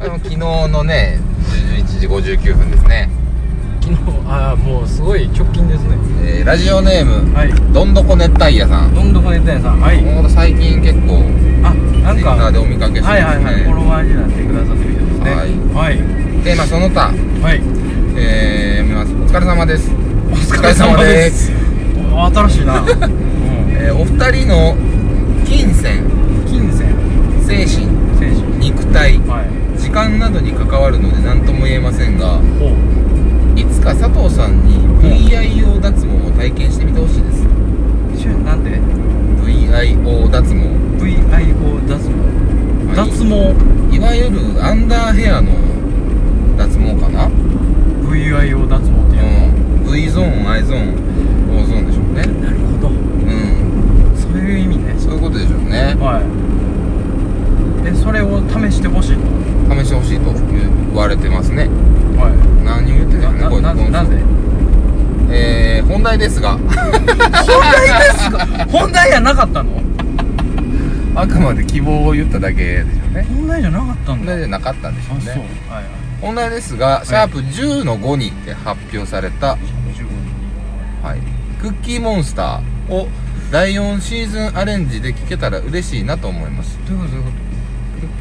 あの昨日のね11時59分ですね、昨日ああもうすごい直近ですねえーラジオネーム、はいどんどこ熱帯夜さんどんどこネタ屋さんはいこの最近結構あなんツイッターかでお見かけしてはいまはすいね、はいフォロワーになってくださってる人ですねはいでまあその他、はいえー、見ますお疲れ様ですお疲れ様ですお新しい なうんえーお二人の金銭金銭精神選肉体手はい時間などに関わるので何とも言えませんがおいつか佐藤さんに VIO 脱毛を体験してみてほしいです一緒になんで VIO 脱毛 VIO 脱毛脱毛毛いわゆるアンダーヘアの脱毛かなう VIO 脱毛っていうん V ゾーン I ゾーン O ゾーンでしょうねなるほどうんそういう意味ねそういうことでしょうねはいえそれを試してほしいと試してほしいと言われてますねは何を言っていんだなろうねこいなつなこの人なんでえー、本題ですが本題ですか本題じゃなかったのあくまで希望を言っただけでしょうね本題じゃなかったん本だ題じゃなかったんでしょうあそねうはいはい本題ですが、シャープ10の5にて発表された、 15はい、クッキーモンスターを第4シーズンアレンジで聴けたら嬉しいなと思いますどういうことどういうこ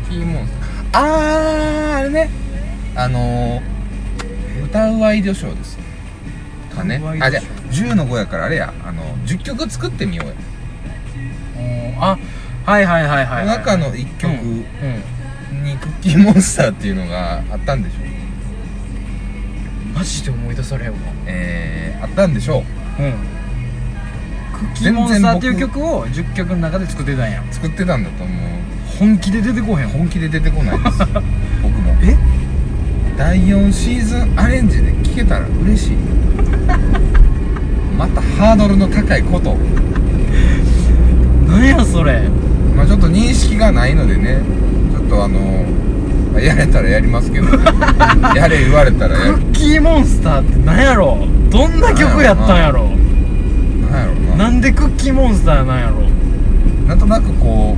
クッキーモンスターあーあれねあのー、歌うワイドショーですかね歌うワイあドじシゃョあー10の5やからあれやあの10曲作ってみようや、とおーあはいはいはいはいはい中の1曲うん、にクッキーモンスターっていうのがあったんでしょううんマジで思い出されへんわえー、あったんでしょううんクッキーモンスターっていう曲を10曲の中で作ってたんや作ってたんだと思う本気で出てこへん本気で出てこない です僕もえ第4シーズンアレンジで聴けたら嬉 しいまたハードルの高いことなんやそれまあちょっと認識がないのでねちょっとあのまあやれたらやりますけどやれ言われたクらやるッキーモンスターってなんやろどんな曲やったんやろなんやろうなななんでクッキーモンスターなんやろんとなくこ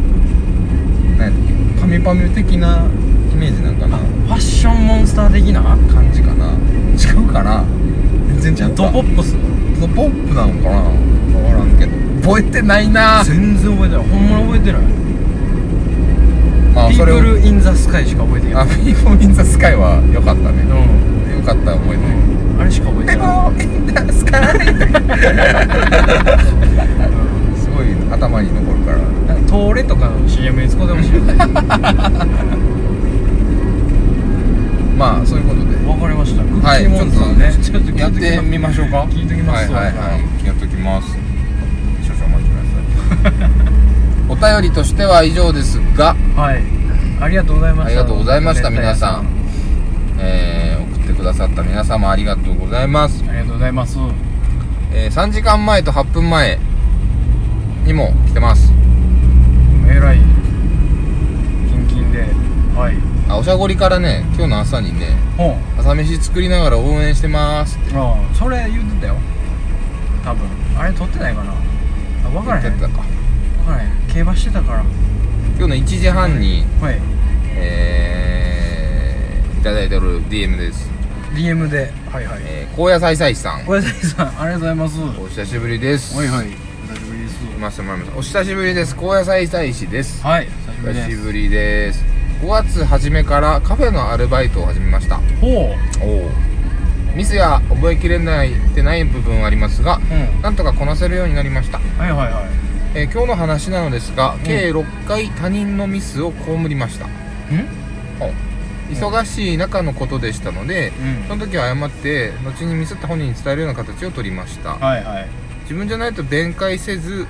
うなんやったっけパミュパミュ的なイメージなんかなファッションモンスター的な感じかな違うかな全然違うドポップスのポップなのかな分からんけど覚えてないな全然覚えてないほんまに覚えてないあピーそれプをル・イン・ザ・スカイしか覚えてなあいピーポン・イン・ザ・スカイは良かったうねん、良かった思い出うん、あれしか覚えピてーなポン・イン・ザ・スカい、うんイすごい頭に残るからなんかトーレとかの CM に使ってほしいよねわかまあそういうことでりましたクッはいキーモンスターね、ちょっと やってみましょうか聞いときますはいはいはいやっときます少々お待ちくださいお便りとしては以上ですがはいありがとうございましたありがとうございました熱帯皆夜さんえー送ってくださった皆様ありがとうございます、ありがとうございますえー3時間前と8分前にも来てますえらいキンキンではいあおしゃごりからね今日の朝にねほう朝飯作りながら応援してますってああそれ言ってたよ多分あれ撮ってないかなあ言分からっへてん分たかからへん競馬してたから今日の1時半に、はいえーいただいておる DM です、 DM ではいはいえー、高野菜菜師さん小林さんありがとうございますはお久しぶりです。。いはいいお久しぶりですましてもらいました。お久しぶりです。高野菜大使です。はい久しぶお久りしですぶりです。5月初めからカフェのアルバイトを始めました。ほうおお。ミスや覚えきれないってない部分はありますが、うんなんとかこなせるようになりました。はいはいはいえー今日の話なのですが、計6回他人のミスを被りました。うん忙しい中のことでしたので、うその時は謝って、後にミスった本人に伝えるような形をとりました。んはいはい自分じゃないと弁解せず、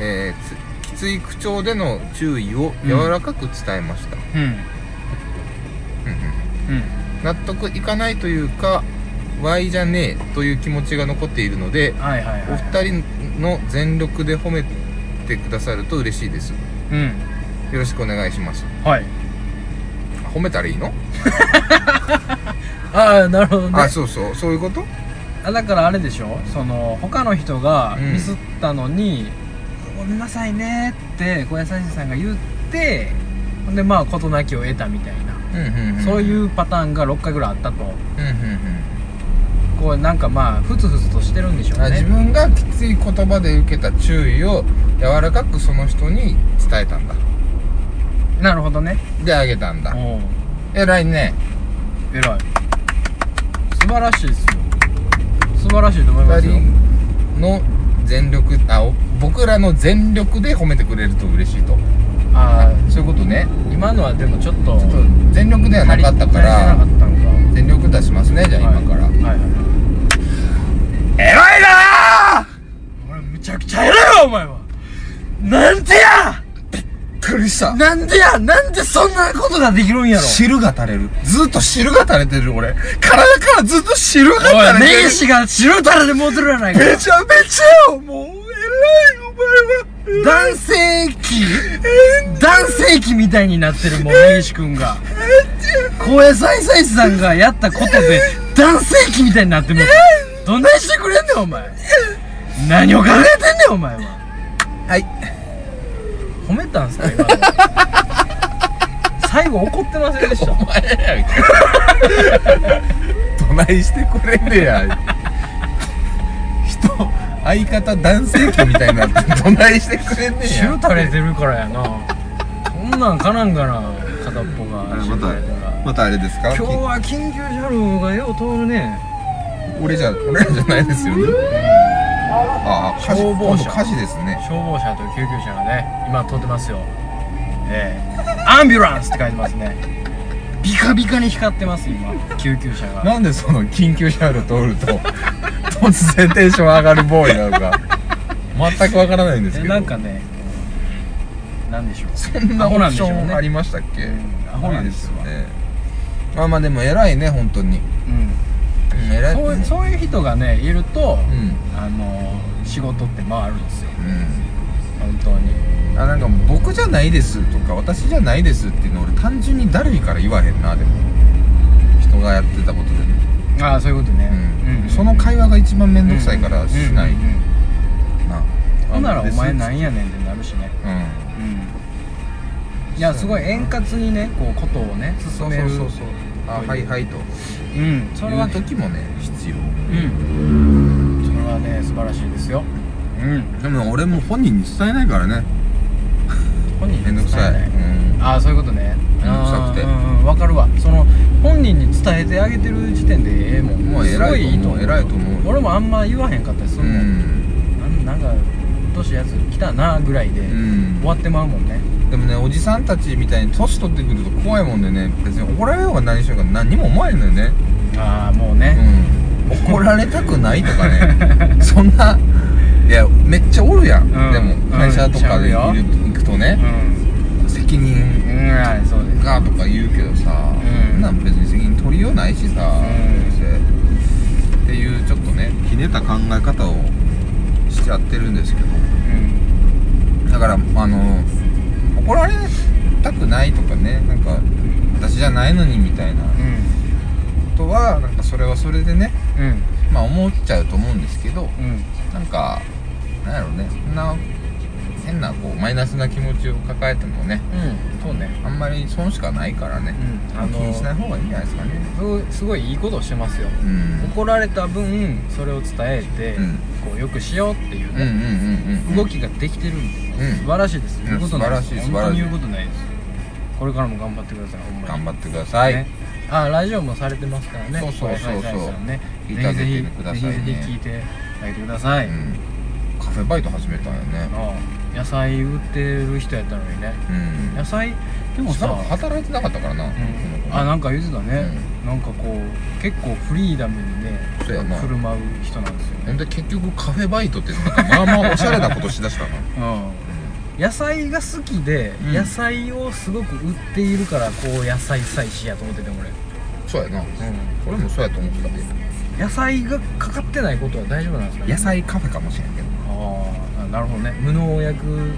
えーつきつい口調での注意を柔らかく伝えました、うんうんうんうん納得いかないというか「わいじゃねえ」という気持ちが残っているのではいはいおは二人の全力で褒めてくださると嬉しいですよいうんろしくお願いしますはい褒めたらいいのああなるほどねあそうそうそういうことあだからあれでしょその他の人がうんミスったのに「ごめんなさいね」って小林さんが言ってでまあ事なきを得たみたいな、うんうんうんそういううパターンが6回ぐらいあったとうんうんこうなんかまあふつふつとしてるんでしょうんあう自ね分がきつい言葉で受けた注意を柔らかくその人に伝えたんだなるほどねであげたんだおう偉いね偉い素晴らしいですよ素晴らしいと思いま二すよ人の全力あお僕らの全力で褒めてくれると嬉しいとあそういうことねー今のはでもちょっとちょっと全力ではなかったか足りら足りてなかったんか全力出しますねじゃあ今から、はいはいはい偉いなー俺むちゃくちゃ偉いわお前はなんでやびっくりしたなんでやなんでそんなことができるんやろ汁が垂れるずっと汁が垂れてる俺体からずっと汁がおい垂れて根る岸が汁たれで持ってるやないかめちゃめちゃもう偉いお前は男性器え男性器みたいになってるもう根岸君が光栄サイサイさんがやったことで男性器みたいになってもうたどんなにしてくれんねんお前何を考えてんねんお前ははい褒めたんすか今の最後怒ってませんでしたお前やんけどないしてくれんねや人相方男性器みたいになってどないしてくれんねや汁垂れてるからやなそんなんかなんかな片っぽあがれ汁ま垂れてたたらまたあれですか今日は緊急車両がよう通るねき俺じゃ俺らじゃないですよねああ火事消防車今度火事ですね消防車と救急車がね今通ってますよええアンビュランスって書いてますねビカビカに光ってます今救急車がなんでその緊急車両通ると突然テンション上がるボーイなのか全くわからないんですえけどなんかねなんでしょうそんなアオホプなんでシしょうねョンありましたっけうんアホなんですわないねまあまあでも偉いね本当に、うんうん、偉いそういうそういう人がねいると、うんあの仕事って回るんですよう本当にんあなんかもう僕じゃないですとか私じゃないですっていうの俺単純にだるいから言わへんなでも人がやってたことでね、ああそういうことね、うんうその会話が一番面倒くさいからしない、うんうんうんうんなほんならお前なんんやねんってなるしねうんいやすごい円滑にねこうことをねそ進うめそうるそうそうあはいはいとうんそれはいうね時もね必要うんそれはね素晴らしいですようんでも俺も本人に伝えないからね本人に面倒く伝えさ、ないうん、ああそういうことねめんどくさくてあーうんうんわかるわその本人に伝えてあげてる時点でええもんもう偉いと思うすご偉いと思う俺もあんま言わへんかったりすうるもん、ん、なん、なんか年やつ来たなぐらいで、うん終、わってまうもんねでもねおじさんたちみたいに年取ってくると怖いもんでね別に怒られようが何しようが何にも思えんのよねああもうね、うん、怒られたくないとか ねそんないやめっちゃおるやん、うんでもうん会社とかでいるめっちゃおるよ行くとうん、うね、ん責任はいそうですがとか言うけどさ、うんそんなん別に責任取りようないしさ、うんどうせっていうちょっとねひねった考え方をしちゃってるんですけどうんだからあの怒られたくないとかねなんか私じゃないのにみたいなことはなんかそれはそれでねうんまあ思っちゃうと思うんですけど、うんなんかなんやろうねそんな変なこうマイナスな気持ちを抱えてもねうんそうねあんまり損しかないからね、うんあ気にしないの方がいいんじゃないですかねすごいすごいいいことをしてますようん怒られた分それを伝えて、うんこうよくしようっていううんうんね、うんうん動きができてるんで、うん素晴らしいです、うん言うことないです素晴らしい素晴本らしい当に言うことないですこれからも頑張ってくださいほんまに頑張ってください、ね、あラジオもされてますからねそうそうそうそうはいはいはいさんね聞ぜいてあひげぜてひくだぜさいひねぜひ聞いてあげてください、うん、カフェバイト始めたんよねああ野菜売ってる人やったのにねうん野菜ででもさ働いてなかったからな、うんあなんか言ってたね、なんかこう結構フリーダムにねそうやな振る舞う人なんですよほねんで結局カフェバイトってなんかまあまあおしゃれなことしだしたなうん野菜が好きで、うん野菜をすごく売っているからこう野菜祭祀やと思ってて俺、 そうやな、俺もそうやと思ってたで野菜がかかってないことは大丈夫なんですかね野菜カフェかもしれんけどああなるほどね無農薬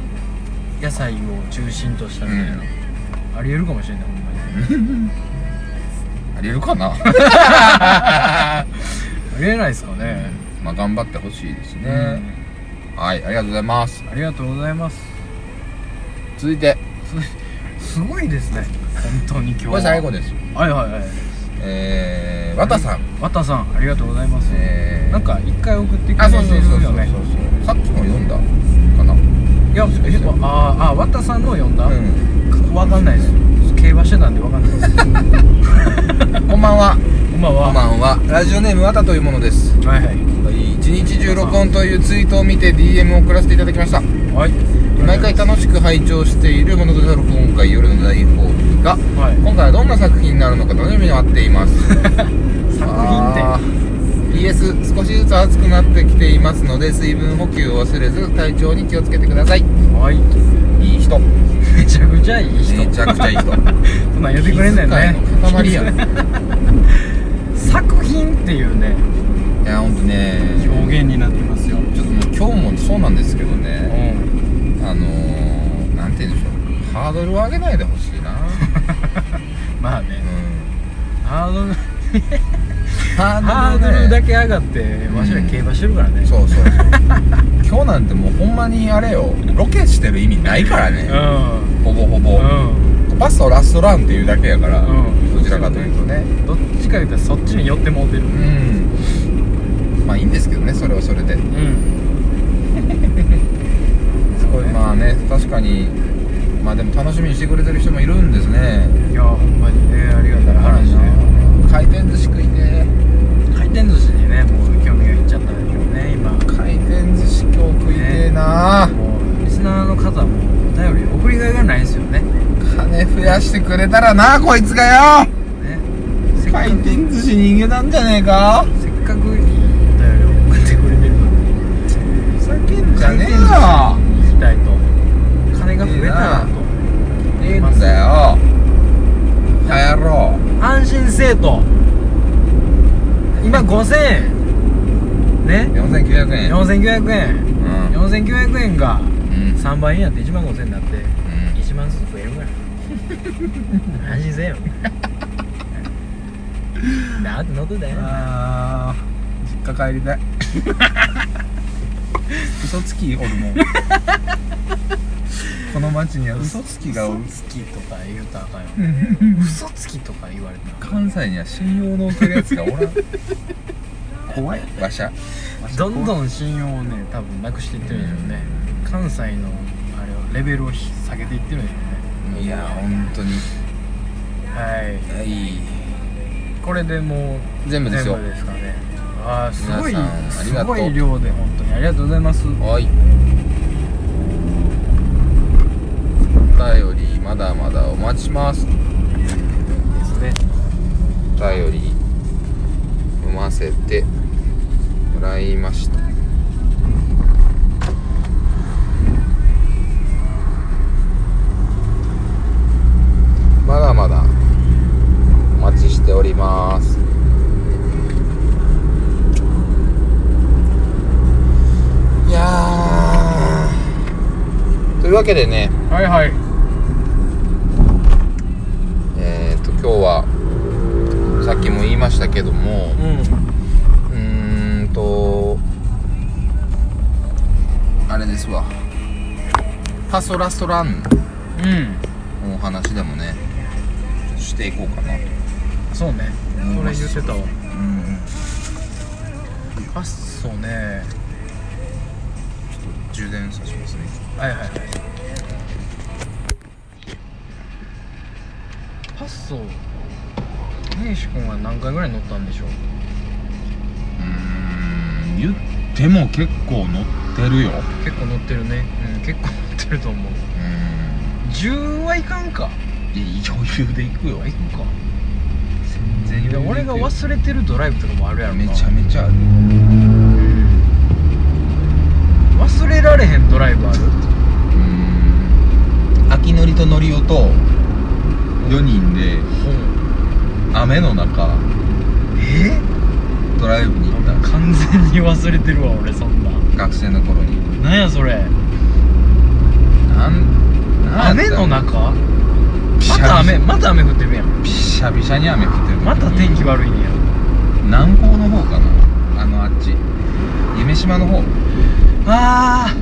野菜を中心としたみたいな、ありえるかもしれないほんまにありえるかな ありえないですかね、まあ頑張ってほしいですね、はいありがとうございますうんありがとうございます続いてそすごいですね本当に今日これ最後ですはいはいはいえー、わたさんわたさんありがとうございます、えーなんか一回送ってくれあてそうそうそうそうるよそうねそうさっきも読んだかないやえっとあーあわたさんの読んだ、うんわかんないです競馬してたんでわかんない ですこんばんはこんばんはこんばんはラジオネームわたというものですはいはい一日中録音というツイートを見て DM を送らせていただきましたはい毎回楽しく拝聴しているものと録音会夜の大放棄がはい今回はどんな作品になるのか楽しみに待っています作あ品ー PS 少しずつ暑くなってきていますので水分補給を忘れず体調に気をつけてください展はいいい人めちゃくちゃいい人めちゃくちゃいい 人そんなん言ってくれんだよね気遣いの塊や 作品っていうねいや本当ね表現になってますよちょっともう今日もそうなんですけどうねんあのー、なんて言うんでしょうハードルを上げないでほしいな、 まあうねん、ハードルハハードルだけ上がってわしら競馬してるからねそうそうそう 今日なんてもうほんまにあれよロケしてる意味ないからうねんほぼほぼ、うんパストラストランっていうだけやから、うんどちらかというとねどっちか言ったらそっちに寄ってもうてるうんまあいいんですけどねそれはそれでうんすごいまあね確かにまあでも楽しみにしてくれてる人もいるんですねいやほんまにねありがたい話ね回転寿司食いて回転寿司にねもう興味がいっちゃったんでしょうね今回転寿司今日食いてえな、もうリスナーの方もお便り送りがいがないんですよね金増やしてくれたらなこいつがよねせっか回く転寿司逃げたんじゃねえかせっかくいいお便りを送ってくれてるのにふざけんじゃねえよ行きたいと金が増えたらいいんだよやろうと安心せえと今5000円ね4900円4900円うん4900円がうん3倍になって1万5000円になって1万ずつ増えるから安心 せえよなって喉だよあー実家帰りたい 嘘つきおるもん この町には嘘つきがおる嘘つきとか言うたらあかんよ嘘つきとか言われたら関西には信用のおけるやつ がおらん怖いわしゃどんどん信用をね多分なくしていってるんでしょうね関西のあれをレベルを下げていってるんでしょうねいや本当にはいいいこれでもう全部ですよ全部ですかねああすごい皆さんありがすとうごい量で本当にありがとうございますはいお便りまだまだお待ちしますですねお便り読ませてもらいましたまだまだお待ちしておりますいやーというわけでねはいはいえっ、と今日はさっきも言いましたけども、うんうーんとあれですわパソラストランうんのお話でもねしていこうかなとそうねそれ言ってたわうんあそうね充電させますねはいはいはいパッソ根岸君は何回ぐらい乗ったんでしょううーん言っても結構乗ってるよ結構乗ってるねうん結構乗ってると思ううん10はいかんかいや余裕で行くよあいくか全いや俺が忘れてるドライブとかもあるやろなめちゃめちゃあるうん忘れられへんドライブあるうん秋のりとのりおと4人で本雨の中えドライブに行った完全に忘れてるわ俺そんな学生の頃になんやそれなんなんや雨ったの中びしまゃびしゃた雨また雨降ってるやんびしゃびしゃに雨降ってるまた天気悪いんや南港の方かなあのあっち夢島の方にあ行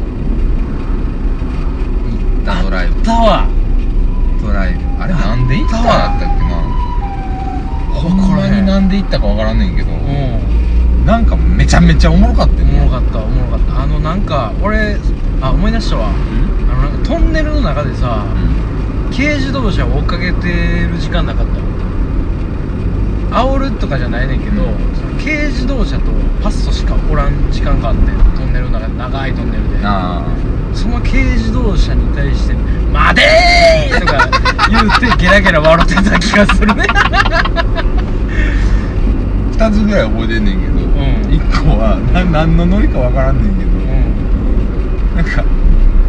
っあたドライブあったわトライブあれなんで行ったわだったっけなほんほんままににななんで行ったかわからんねんけどうんなんかめちゃめちゃおもろかったよおもろねかったおもろかったあのなんか俺あ思い出したわあのなんかトンネルの中でさ軽自動車を追っかけてる時間なかった煽るとかじゃないねんけど、うんその軽自動車とパッソしかおらん時間があってトンネルの中で長いトンネルであその軽自動車に対して「待てー!」と か言うてゲラゲラ笑ってた気がす るねあ2つぐらい覚えてんねんけど、ん一1個はな何のノリかわからんねんけど、うんなんか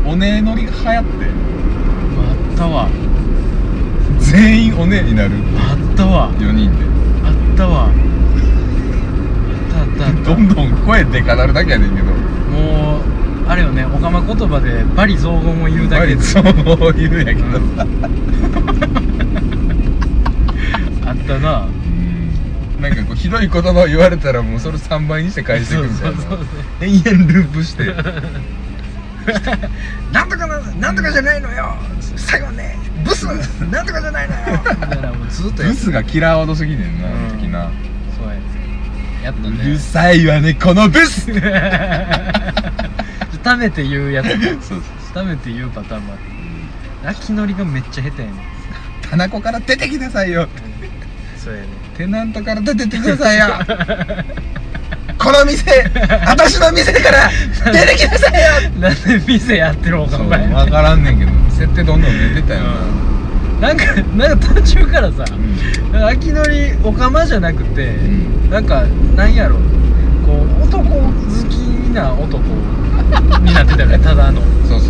お姉ノリが流行ってあったわ全員お姉になるあったわ4人であったわあったあったあったどんどん声でかなるだけやねんけどもうあれよねおかま言葉でバリ雑言を言うだやっぱけでりそう言うんやけど、うあったななんかこうひどい言葉を言われたらもうそれ3倍にして返していくみたいなそうそうそう延々ループしてなんとかななんとかじゃないのよ最後ねブスなんとかじゃないのよみたいなもうずっとやブっスがキラーほどすぎねんな、うん的なそうややっうたるねさいわねこのブスそうためて言うやつそうためて言うパターンもある泣きのりがめっちゃ下手やねん棚子から出てきなさいよそうやねテナントから出てってくださいよこの店私の店から出てきなさいよなんで店やってるおかそうお分前からんねんけど設定どんどん出てたよな、なんかなんか途中からさうん秋のりおかまじゃなくて、んなんかなんやろこう男好きな男になってたよねただのそうそうそう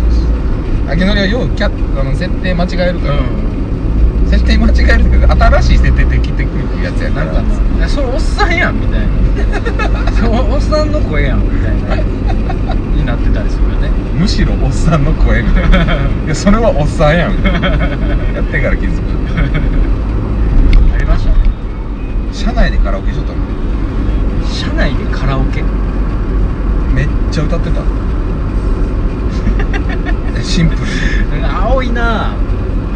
秋のりはようキャッあの設定間違えるから、ん設定間違えるけど新しい設定できてくるやつやかなんらかなそれおっさんやんみたいなそれおおっさんの声やんみたいなになってたりするよ ねむしろおっさんの声みたいないやそれはおっさんやんみたいなやってから気づくありましたね車内でカラオケしとったの車内でカラオケめっちゃ歌 ってたえシンプルに青いな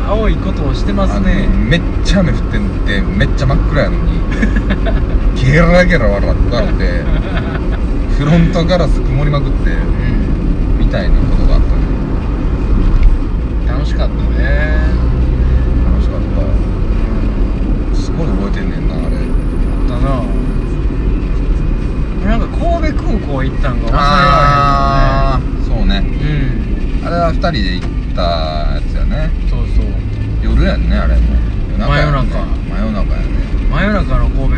青いことをしてますねあのめっちゃ雨降ってんでめっちゃ真っ暗やのに ゲラゲラ笑ったのでフロントガラス曇りまくってうんみたいなことがあったのよ楽しかったね楽しかっうんたすごい覚えてんねんなあれだななんか神戸空港行ったんが忘れらあーそうねれへんよねあれは2人で行ったやつやねうんそうそう夜やんねあれも夜やね真夜中真夜中やね真夜中の神戸空港に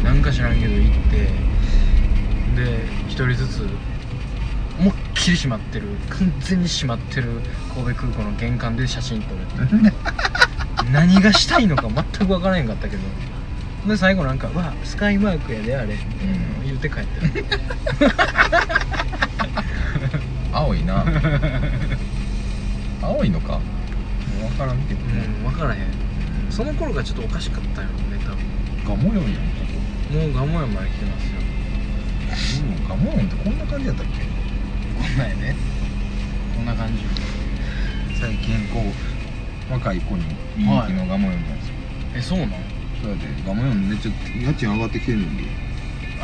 うんなんか知らんけど行ってで一人ずつ思いっきり閉まってる完全に閉まってる神戸空港の玄関で写真撮れ て何がしたいのか全く分からへんかったけどで最後なんか「わスカイマークやであれ」みたいなの言って帰 った青い な青いのかもう分からんけどうん分からへんその頃がちょっとおかしかったよね多ガモヨンやんこ分もうガモヤまで来てますよこうんガモヨンってこんな感じやったっけこんなんやねこんな感じ最近こう若い子に人気のガモヨンなんですよ、えそうなんそうやでガモヨンめっちゃ家賃上がってきてるんで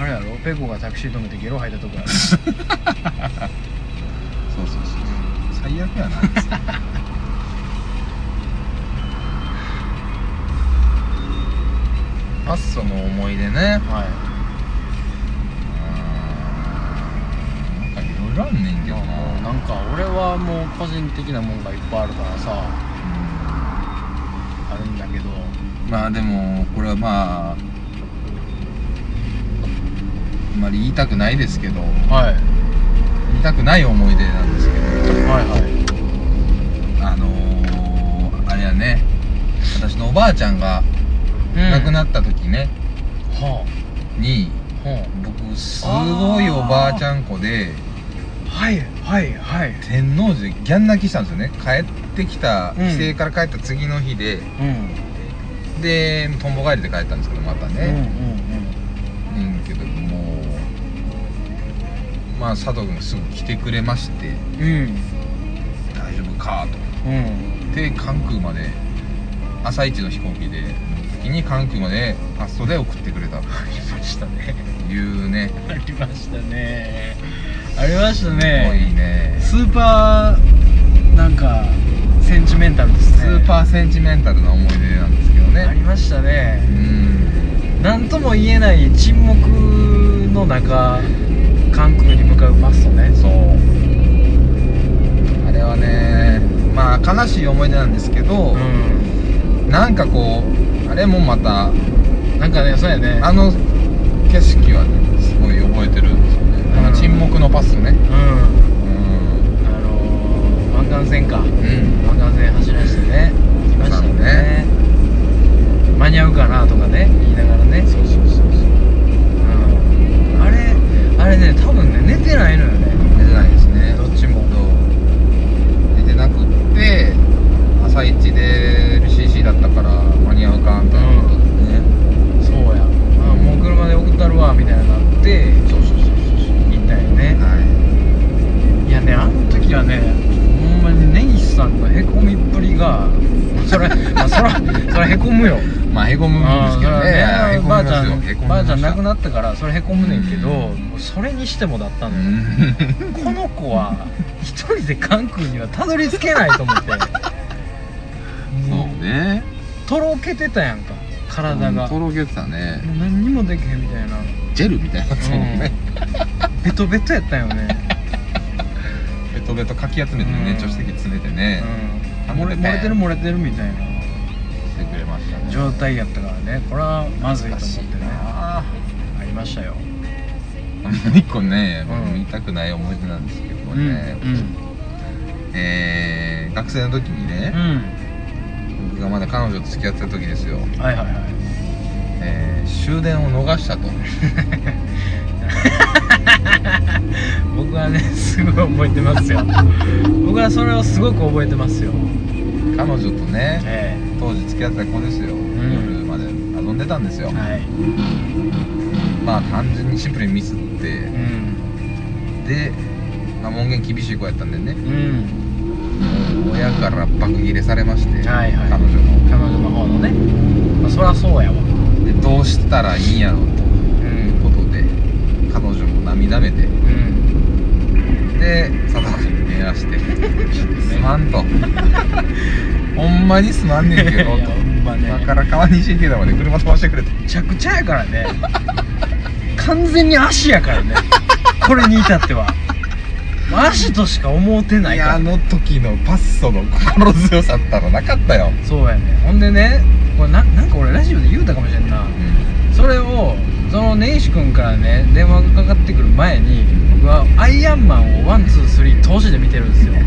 あれやろペコがタクシー止めてゲロ吐いたとこやろそうそうそう最悪やなあいつパッソの思い出ね はあーなんかいろいろあんねんいけどななんか俺はもう個人的なもんがいっぱいあるからさあるんだけどうんまあでもこれはまああんまり言いたくないですけどはい言いたくない思い出なんですけどはいはいあのー、あれやね私のおばあちゃんが亡くなっった時ね、はにあは僕すごいおばあちゃん子であはいはいはい天王寺でギャン泣きしたんですよね帰ってきた帰省から帰った次の日で、うんでとんぼ帰りで帰ったんですけどまたね、うんいいんけどもうまあ佐藤君がすぐ来てくれましてうんうん「大丈夫か?」とうん で関空まで朝一の飛行機で先に関空までファストで送ってくれたとありましたねいうねありましたねありましすたごいねねスーパーなんかセンチメンタルですねスーパーセンチメンタルな思い出なんですけどありねましたうねん何とも言えない沈黙の中関空に向かうバストねそうあれはねまあ悲しい思い出なんですけど、んなんかこうあれもまたなんかねそうやねあの景色はねすごい覚えてるんですよね、あうのん沈黙のパスねううんんあのー、湾岸線かうん湾岸線走らしてね行きましたよね間に合うかなとかね言いながらねそうそうそうそううんあれあれね多分ね寝てないのよね寝てないですねどっちも寝てなくって朝一で LCC だったから間に合うかみたいなことでね、そうやあもう車で送ったるわみたいなのがあってそうそうそうそう行ったよねはいやねあの時はねほんまに根岸さんのへこみっぷりがそれ、まあ、そらそらへこむよいまあへこむんですけどねへこみばあまちゃすよへこんみばあまちゃん亡くっなったからそれへこむねんけどもうそれにしてもだったのよこの子は一人で関空にはたどり着けないと 思ってもうねとろけてたやんか体が、ともうろけてたね何にもできへんみたいな、ジェルみたいなやつもね、ベトベトやったよね、ベトベトかき集めてうんね助手席詰めてね、うん、漏れ漏れてる漏れてるみたいしてくれましたねな状態やったからねこれはまずいと思ってねあありましたよ、ー一個ね、うんもう見たくない思い出なんですけどうんね、えー学生の時にうね、ん、僕がまだ彼女と付き合ってた時ですよ、うん、はいはいはいえー終電を逃 したと僕はねすごい覚えてます よ僕はそれをすごく覚えてますよ彼女とねえ当時付き合ってた子ですよ、夜まで遊んでたんですえよ、はいまあ単純にシンプルにミスってうんで、まあ、門限厳しい子やったんでねうんもう親から爆切れされまして、はいはい彼女の彼女の方のね、まあ、そりゃそうやわでどうしたらいいんやろうとういうことで彼女も涙目でうんで佐藤君に電話して「すま ん」と「ほんまにすまんねんけど」いやとほんまね今から川西池田まで車飛ばしてくれ」とめちゃくちゃやからね完全に足やからねこれに至ってはもう足としか思うてないいかやらあの時のパッソの心強さったらなかったよ、そうやねほんでねこれななんか俺ラジオで言うたかもしれんなそれをその根岸君からね電話がかかってくる前に僕はアイアンマンをワンツースリー投資で見てるん ですよもう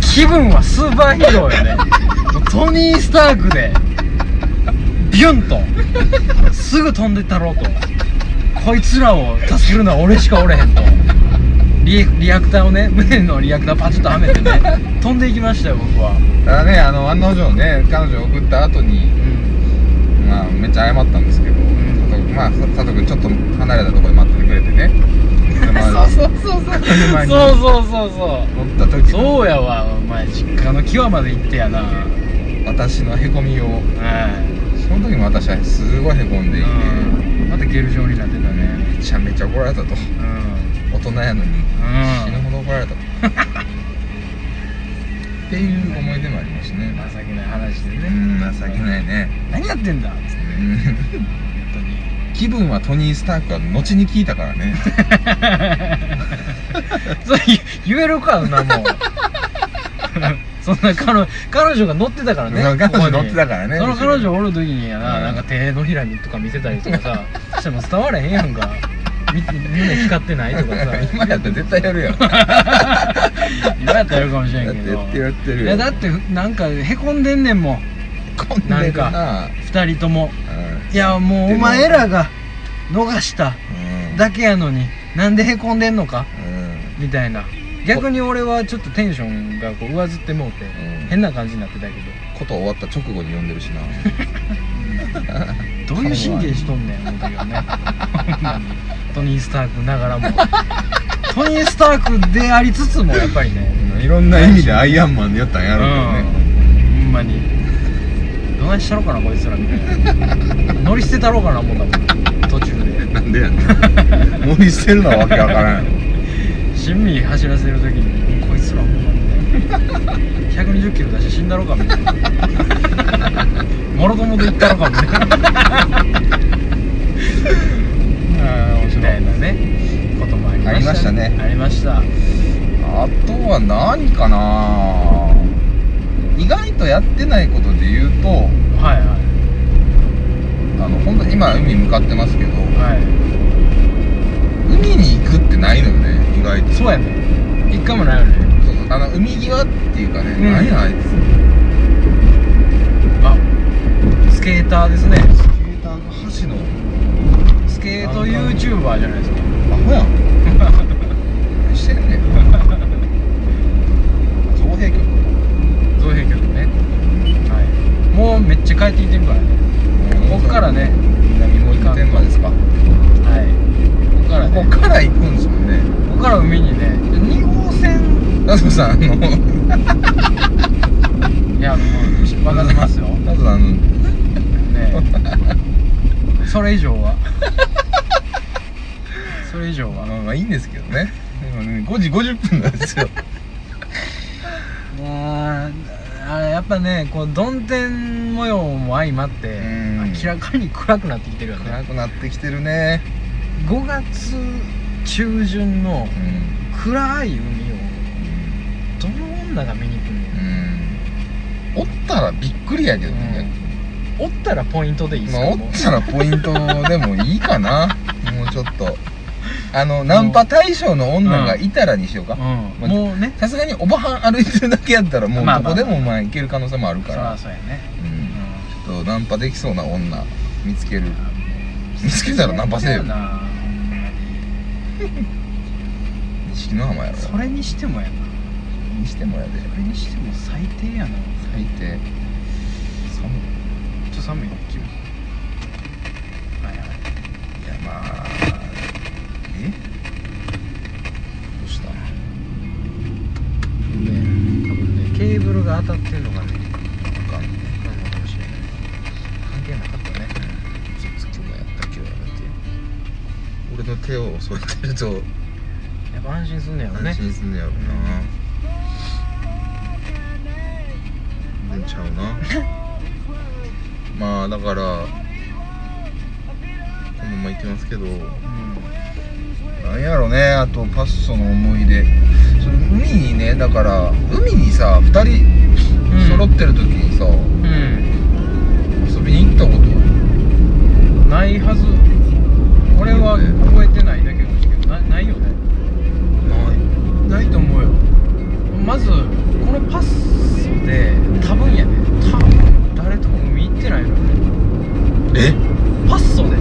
気分はスーパーヒーローよねもうトニー・スタークでビュンとすぐ飛んでったろうとこいつらを助けるのは俺しかおれへんとリリアクターをね胸のリアクターパチッとはめてね飛んでいきましたよ僕はただねあの案の定ね彼女送った後にうんまあめっちゃ謝ったんですけど、ん佐藤君まあ佐藤君ちょっと離れたところで待っててくれてね車 そうそうそう車にそうそうそうそう乗った時のそうやわお前実家の際まで行ってやなはい私のへこみをその時も私はすごいへこんでいて、うんまたゲル状になってたねめちゃめちゃ怒られたとうん大人やのに、死ぬうほど怒られたとっていう思い出もありますねん情けない話でうねん 情けないね、何やってんだっつってうねん、本当 に気分はトニー・スタークは後に聞いたからねそれ言えるかそんなも うそんな彼女彼女が乗ってたからねそう彼女ここに乗ってたからねその彼女おる時にやな、うんなんか手のひらにとか見せたりとかさしても伝われへんやんかみ胸光ってない とかさ今やったら絶対やるよ 今やったらやるかもしれんけど絶対やってるよいやだってなんかへこんでんねんもんこんでるなな2人ともうんいやもうお前らが逃したうんだけやのになんでへこんでんのかうんみたいな逆に俺はちょっとテンションがこう上ずってもうて、ん変な感じになってたけこと終わった直後に呼んでるしなどどういう神経しとんねん思ったけどねほんまに トニー・スタークながらもトニー・スタークでありつつもやっぱりねうんいろんな意味でアイアンマンでやったんやろうけどね、うんほんまにどないしたろかなこいつらみたいな乗り捨てたろうかな思ったもん途中でなんでやね ん森捨てるのはわけわからんや親身走らせるときにこいつらほんまにね120キロ出して死んだろかみたいなもろともで行ったろかみたいなろあー面白みたいいなねこともありましたあありましたあとは何かな意外とやってないことで言うとはいはあの本当に今海向かってますけどいは海に行くってないのよね意外といそうやね一回もないよねそうそうあの海際っていうかね、うん何やあいつあスケーターですねスケーターが橋のスケート YouTuber じゃないですかアホやん何してんねん造幣局も造幣局ねはいもうめっちゃ帰ってきてるからねこっからね南も行く天満ですかこはいこっからこねっから行くんですもんねこっから海にね2号線なずさんあのいやもう分かってますよねなずさんあの えそれ以上はそれ以上はまあまあいいんですけどねでもね5時50分なんですよ あーあれやっぱねこうどん天模様も相まってうん明らかに暗くなってきてるよね暗くなってきてるね5月中旬のうん暗い海をどの女が見に来るうんおったらびっくりやけどね、のおったらポイントでいいですまあ、かおっもうたらポイントでもいいかな もうちょっとあのナンパ対象の女がいたらにしようかうんもうねさすがにおばはん歩いてるだけやったらもうまあどまあこでもまあ行ける可能性もあるそから、らそうやねうんちょっとナンパできそうな女見つける見つけたらナンパせえよよ錦の浜やろそれにしてもやなにしてもやでそれにしても最低やな最低寒いちょっと寒いね気分はいはいいやまあえどうしたね、多分ねケーブルが当たってるのがあねかんなのかもしれない関係なかったね嘘つきもやったけどやめて俺の手を添えてるとやっぱ安心すんねやろね安心すんねやろな全然ちゃうなまあだからこのまま行きますけどうんなんやろねあとパッソの思い出その海にねだから海にさ2うん人揃ってる時にさ、うん、遊びに行ったことないはず俺は覚えてないだけかもしれんけどなないよねないないと思うよまずこのパッソで多分やね多分誰とも海行ってないのよねえパッソで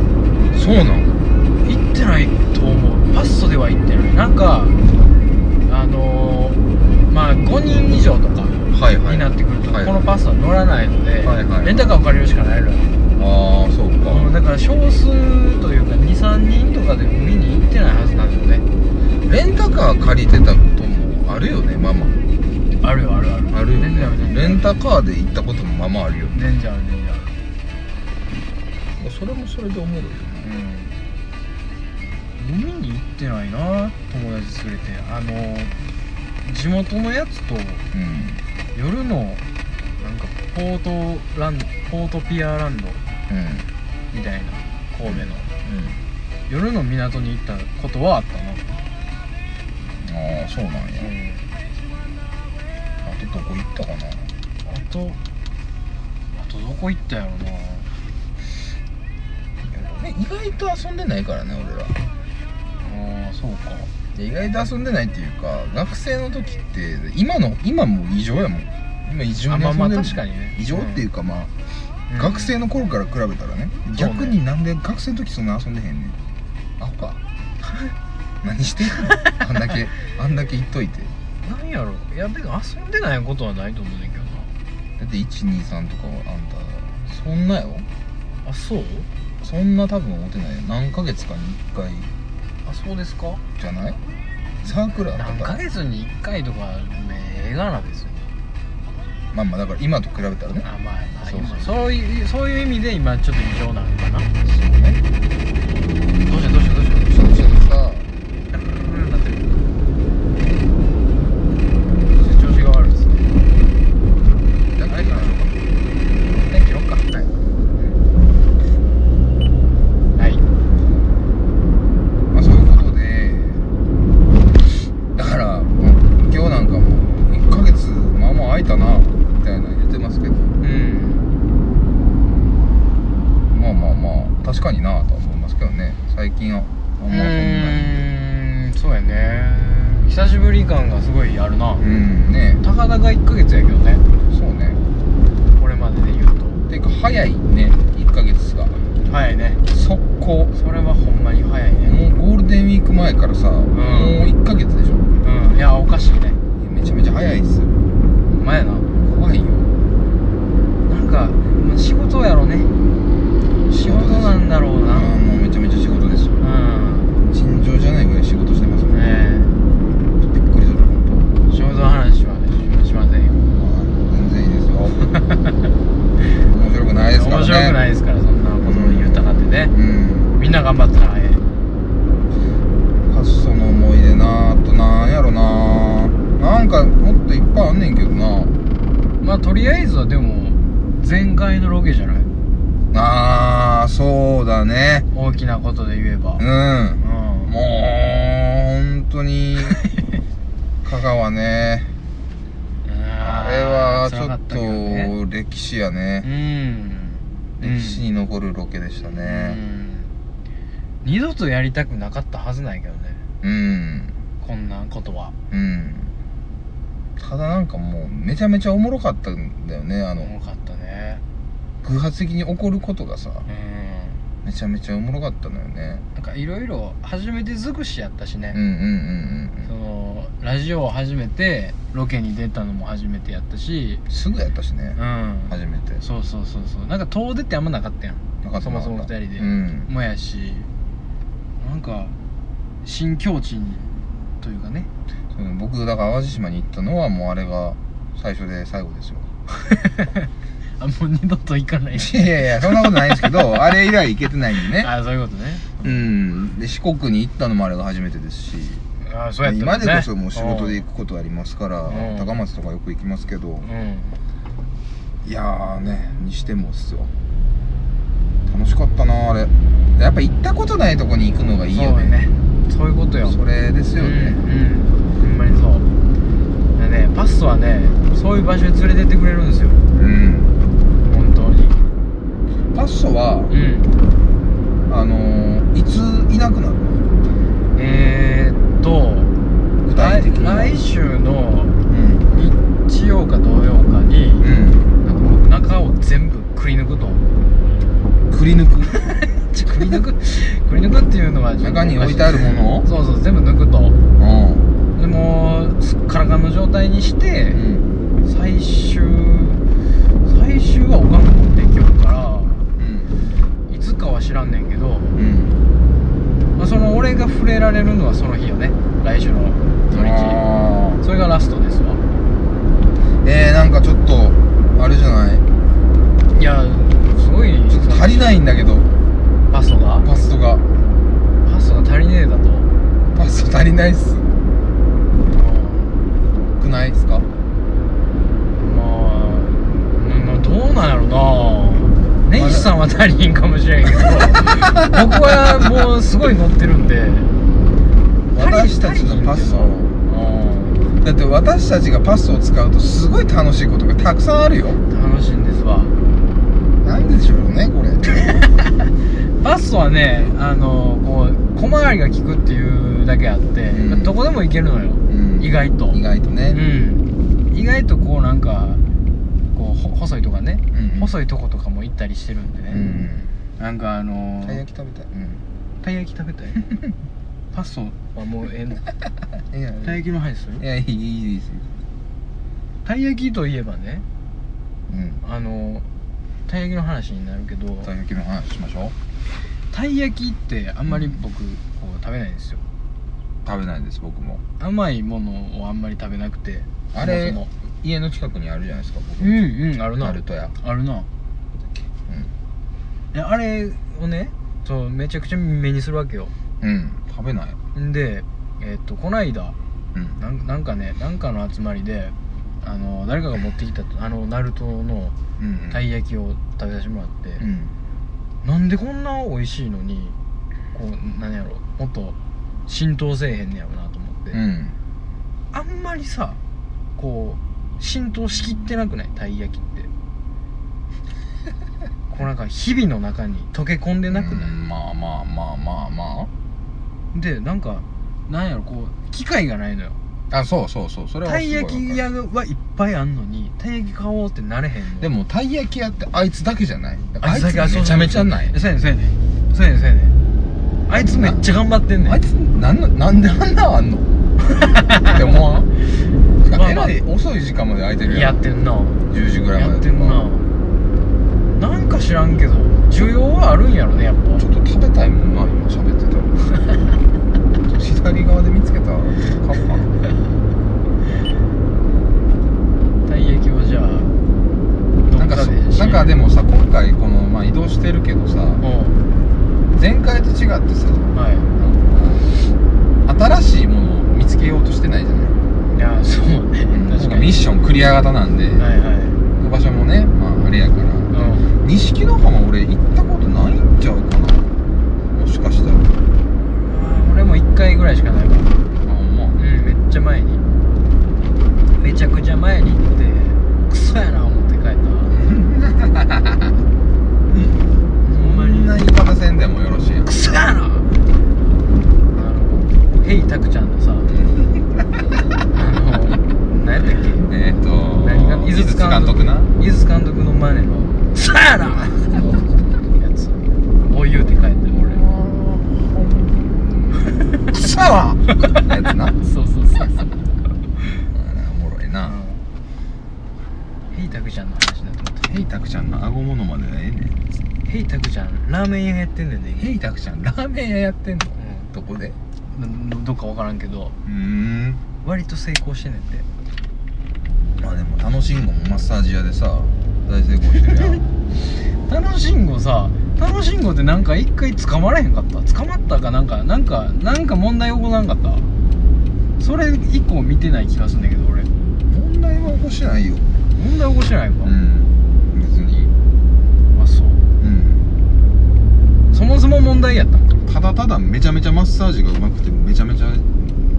そうなん行ってないと思うパッソでは行ってないなんかあのー、まあ5人以上とかはいはいになってくると、はいこのパスは乗らないので、はいはいレンタカーを借りるしかないのよ、ああそうか、うんだから少数というか23人とかで海に行ってないはずなんですよねレンタカー借りてたこともあるよねママあるよあるあるあるよ全然ある全ね然あレるンタカーで行ったこともまあまああるよ全然ある全然あるそれもそれでおもろいようん海に行ってないな友達連れてあの地元のやつとうん夜のなんかポートランドポートピアランドうんみたいな神戸の夜の港に行ったことはあったなうんああそうなんやうんあとどこ行ったかなあとあとどこ行ったやろなね意外と遊んでないからね俺らああそうかで意外と遊んでないっていうか学生の時って今の今もう異常やもん今異常あにま遊あんでるまあ確かにね異常っていうかまあ、うん学生の頃から比べたらねそうね逆になんで学生の時そんな遊んでへんねんアホか 何してんのあんだ けあんだけ言っといてなんやろいやでも遊んでないことはないと思うねんだけどだって123とかはあんたそんなよなあそうそんな多分会うてないよ何ヶ月かに1回あそうですかじゃないサークルあっ何たヶから月に1回とかね映画なんですよまあまあだから今と比べたらねあまあそうそうそういうそういう意味で今ちょっと異常なのかなどうそうねしたどうしたどうしたどうしそっちのさたなってる調子が悪いですねだから今の天気ろっかはいまあそういうことでだからもう今日なんかも1ヶ月まあまあ空いたなみたいな言ってますけどうんまあまあまあ確かになとは思いますけどね最近はあんまそんなにうーんそうやね久しぶり感がすごいあるなうんねたかだか1ヶ月やけどねそうねこれまでで言うとていうか早いね1ヶ月が早いね速攻それはほんまに早いねもうゴールデンウィーク前からさ、もう1ヶ月でしょうんいやおかしいねめちゃめちゃ早いっすよほんまやな怖いよなんかまあ仕事やろね仕事なんだろうああもなうめちゃめちゃ仕事ですようん尋常じゃないぐらい仕事してますねねびっくりする本え仕事の話はねしませんよ当。はい全然いいですよ面白くないですから面ね白くないですからそんなこと言ったかってねうんみんな頑張ったらえ発想の思い出なあとなんやろななんかもっといっぱいあんねんけどなえまあとりあえずはでも前回のロケじゃないあーそうだね大きなことで言えばうんうんもう本当に香川ねあれはち辛ょかったけどねと歴史やうね、ん歴史に残るロケでしたうねん二度とやりたくなかったはずないけどねうんこんなことはうん、ただなんかもうめちゃめちゃおもろかったんだよねあの重かったね偶発的に起こることがさうんめちゃめちゃおもろかったのよねなんかいろいろ初めて尽くしやったしうんうね、んうんそうんのラジオを初めてロケに出たのも初めてやったしすぐやったしねう、ん初めてそうそうそうそうなんか遠出ってあんまなかったやんなかったそもそもなかった二人でうんもやしなんか新境地にという かねその僕だから淡路島に行ったのはもうあれが最初で最後ですよあもう二度と行かないいやいやそんなことないんですけ どあれ以来行けてないんでねあそういうことねうんで四国に行ったのもあれが初めてですしあそうやった今ねでこそもう仕事で行くことありますからうん高松とかよく行きますけどうんいやーねにしてもっすよ楽しかったなあれやっぱ行ったことないとこに行くのがいいよそうねそういうことよそれですよねうん、うん、ほんまにそうでねパスはねそういう場所に連れてってくれるんですようん本当にパッソはうんあのーいついなくなるのえー、っと具体的には来来週のうん日曜か土曜かにうなんかもう中を全部くり抜くとんくり抜くちょくり抜 くくり抜くっていうのはちょっと中に置いてあるものをそうそう全部抜くとうんでもうすっからかんの状態にして、うん最終最終はおかんが持ってきよるからうんいつかは知らんねんけど、うんまあ、その俺が触れられるのはその日よね来週の土日あーそれがラストですわえー、なんかちょっとあれじゃないいやすごいちょっと足りないんだけどパストがパストがパストが足りねえだとパスト足りないっすくないっすかまあうんどうなんやろな根岸さんは足りひんかもしれ んけど僕はもうすごい乗ってるんで私たちのパスをうんだって私たちがパスを使うとすごい楽しいことがたくさんあるよ楽しいんですわなんでしょうね これバストはねあのこう小回りが利くっていうだけあって、うんどこでも行けるのよ、うん意外と意外とうねん意外とこうなんかこうほ細いとかね、うん細いとことかも行ったりしてるんでうね、んなんかあのーたい焼き食べたいうんたい焼き 食べたいパストはもうええの たいやい焼きの話するいやいいいいですよたい焼きといえばねうんあのーたい焼きの話になるけどたい焼きの話しましょうたい焼きってあんまり僕こう食べないんですよあ食べないです僕も甘いものをあんまり食べなくてあれそも家の近くにあるじゃないですか僕そもうんうんあるなタルト屋あるなえあれをねそうめちゃくちゃ目にするわけようん、うん、食べないんでえっとこないだうんなんなんかねなんかの集まりであの誰かが持ってきたあのナルトのうんたい焼きを食べさせてもらって、うんなんでこんな美味しいのにこうなんやろもっと浸透せえへんねやろなと思って、うんあんまりさこう浸透しきってなくないたい焼きって こうなんか日々の中に溶け込んでなくない、うんまあまあまあまあまでなんかなんやろこう機会がないのよああそうそうそうそれはたすごいいわ焼かきる屋はいっぱいあんのにたい焼き買おうってなれへんのでもたい焼き屋ってあいつだけじゃないああいいつつだけあそうめちゃめちゃないそうやねんそうやねんそうやねんそうやねんあいつめっちゃ頑張ってんねんあいつなんのなんであんなあんの って思わんしかもまあえまあらい遅い時間まで空いてるややんってんな10時ぐらいやまっでとてんなかなんか知らんけど需要はあるんやろねやっぱちょっと食べたいもんな今喋ってたらちょっと左側で見つけたカッパたい焼きをじゃあなんかそなんかでもさ今回この、まあ、移動してるけどさもうん前回と違ってさは新しいものを見つけようとしてないじゃないいいやそうね確僕かミッにションクリア型なんで、はいはい場所もね、まあ、あれやからうん錦の浜俺行ったことないんちゃうかなもしかしたら俺も1回ぐらいしかないからあほんまうんめっちゃ前にめちゃくちゃ前に行ってクソやな思って 帰ったほこんまんなに言い方せんでもよろしいやんクソやなあのヘイタクちゃんのさあの何やったっけえっ、ー、と何か井筒監督な伊豆監督のマネの「さやな!」のやつを言うて帰って俺くさわやつなあ そうそうそうそうれおもろいなヘイタクちゃんの話だと思っヘイタクちゃんの顎ものまでええねんてヘイタクちゃんラーメン屋やってんねんでヘイタクちゃんラーメン屋やってんのどこで今どっか分からんけどうーん割と成功してんねんてまあでも楽しんごもマッサージ屋でさ大成功してるやん 楽しんごさ楽しんごってなんか一回捕まれへんかった捕まったかなんかなんかなんか問題起こらんかったそれ以降見てない気がするんだけど俺問題は起こしてないよ問題起こしてないか、ん別にあそううんそもそも問題やったんかただただめちゃめちゃマッサージがうまくてめちゃめちゃ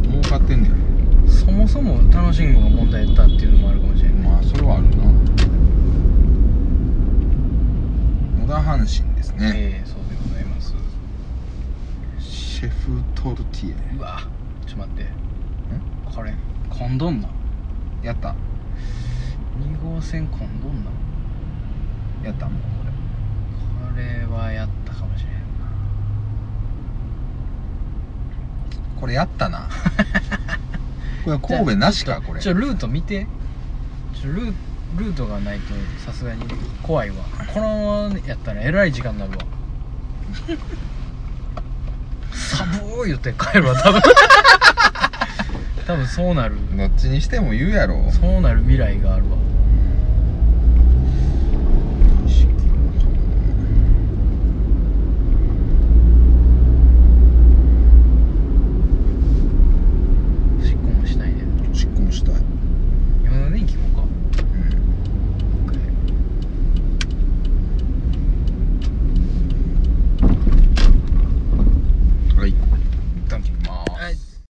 儲かってんねんそもそも楽しんごが問題やったっていうのもあるかもしれないまあそれはあるな野田阪神ですね、ええそうでございますシェフトルティうわちょっと待ってこれコンドンなエやった2号線コンドンなやったもうここれはやったかもしれんなれこれやった なこれ神戸なしかこれちょルート見てちょルールートがないとさすがに怖いわこのままやったらえらい時間になる わ寒ー言って帰るわ多分 多分そうなるどっちにしても言うやろそうなる未来があるわ